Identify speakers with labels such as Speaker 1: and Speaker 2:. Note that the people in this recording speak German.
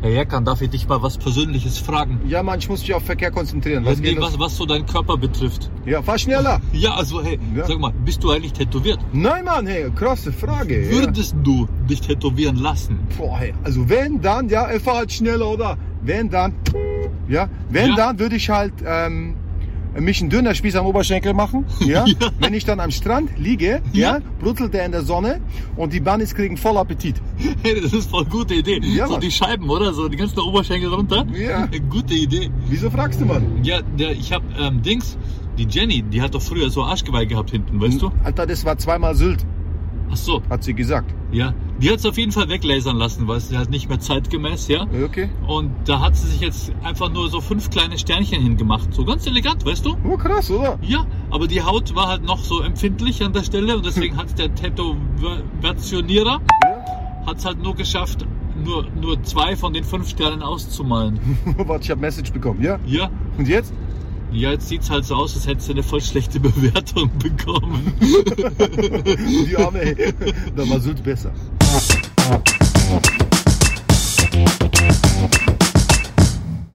Speaker 1: Herr Jäckern, darf ich dich mal was Persönliches fragen?
Speaker 2: Ja, Mann, ich muss mich auf Verkehr konzentrieren.
Speaker 1: Was,
Speaker 2: Was
Speaker 1: nee,
Speaker 2: geht los?
Speaker 1: was, was so deinen Körper betrifft.
Speaker 2: Ja, fahr schneller.
Speaker 1: Ja, also hey,
Speaker 2: Ja.
Speaker 1: sag mal, bist du eigentlich tätowiert?
Speaker 2: Nein, Mann, hey, krasse Frage. Ja.
Speaker 1: Würdest du dich tätowieren lassen?
Speaker 2: Boah, hey, also wenn dann, ja, er fahr halt schneller, oder? Wenn dann, ja, wenn
Speaker 1: Ja.
Speaker 2: dann würde ich halt ähm, mich einen dünner Spieß am Oberschenkel machen. Ja?
Speaker 1: Ja.
Speaker 2: Wenn ich dann am Strand liege,
Speaker 1: Ja.
Speaker 2: ja, brutzelt er in der Sonne und die Bunnies kriegen voll Appetit.
Speaker 1: Hey, das ist voll gute Idee.
Speaker 2: Ja,
Speaker 1: so
Speaker 2: Mann.
Speaker 1: die Scheiben, oder? So die ganzen Oberschenkel runter.
Speaker 2: Ja.
Speaker 1: Gute Idee.
Speaker 2: Wieso fragst du, Mann?
Speaker 1: Ja, der, ich hab ähm, Dings, die Jenny, die hat doch früher so Arschgeweih gehabt hinten, weißt du?
Speaker 2: Alter, das war zweimal Sylt,
Speaker 1: Ach so,
Speaker 2: hat sie gesagt.
Speaker 1: ja. Die hat's auf jeden Fall weglasern lassen, weil es ist halt nicht mehr zeitgemäß, ja.
Speaker 2: Okay.
Speaker 1: Und da hat sie sich jetzt einfach nur so fünf kleine Sternchen hingemacht. So ganz elegant, weißt du?
Speaker 2: Oh, krass, oder?
Speaker 1: Ja, aber die Haut war halt noch so empfindlich an der Stelle und deswegen hat der Tätowationierer
Speaker 2: Ja.
Speaker 1: hat's halt nur geschafft, nur, nur zwei von den fünf Sternen auszumalen.
Speaker 2: Warte, ich hab Message bekommen, ja?
Speaker 1: Ja,
Speaker 2: Und jetzt?
Speaker 1: ja jetzt sieht's halt so aus, als hättest du eine voll schlechte Bewertung bekommen.
Speaker 2: Die Arme, ey. Da war Sylt besser.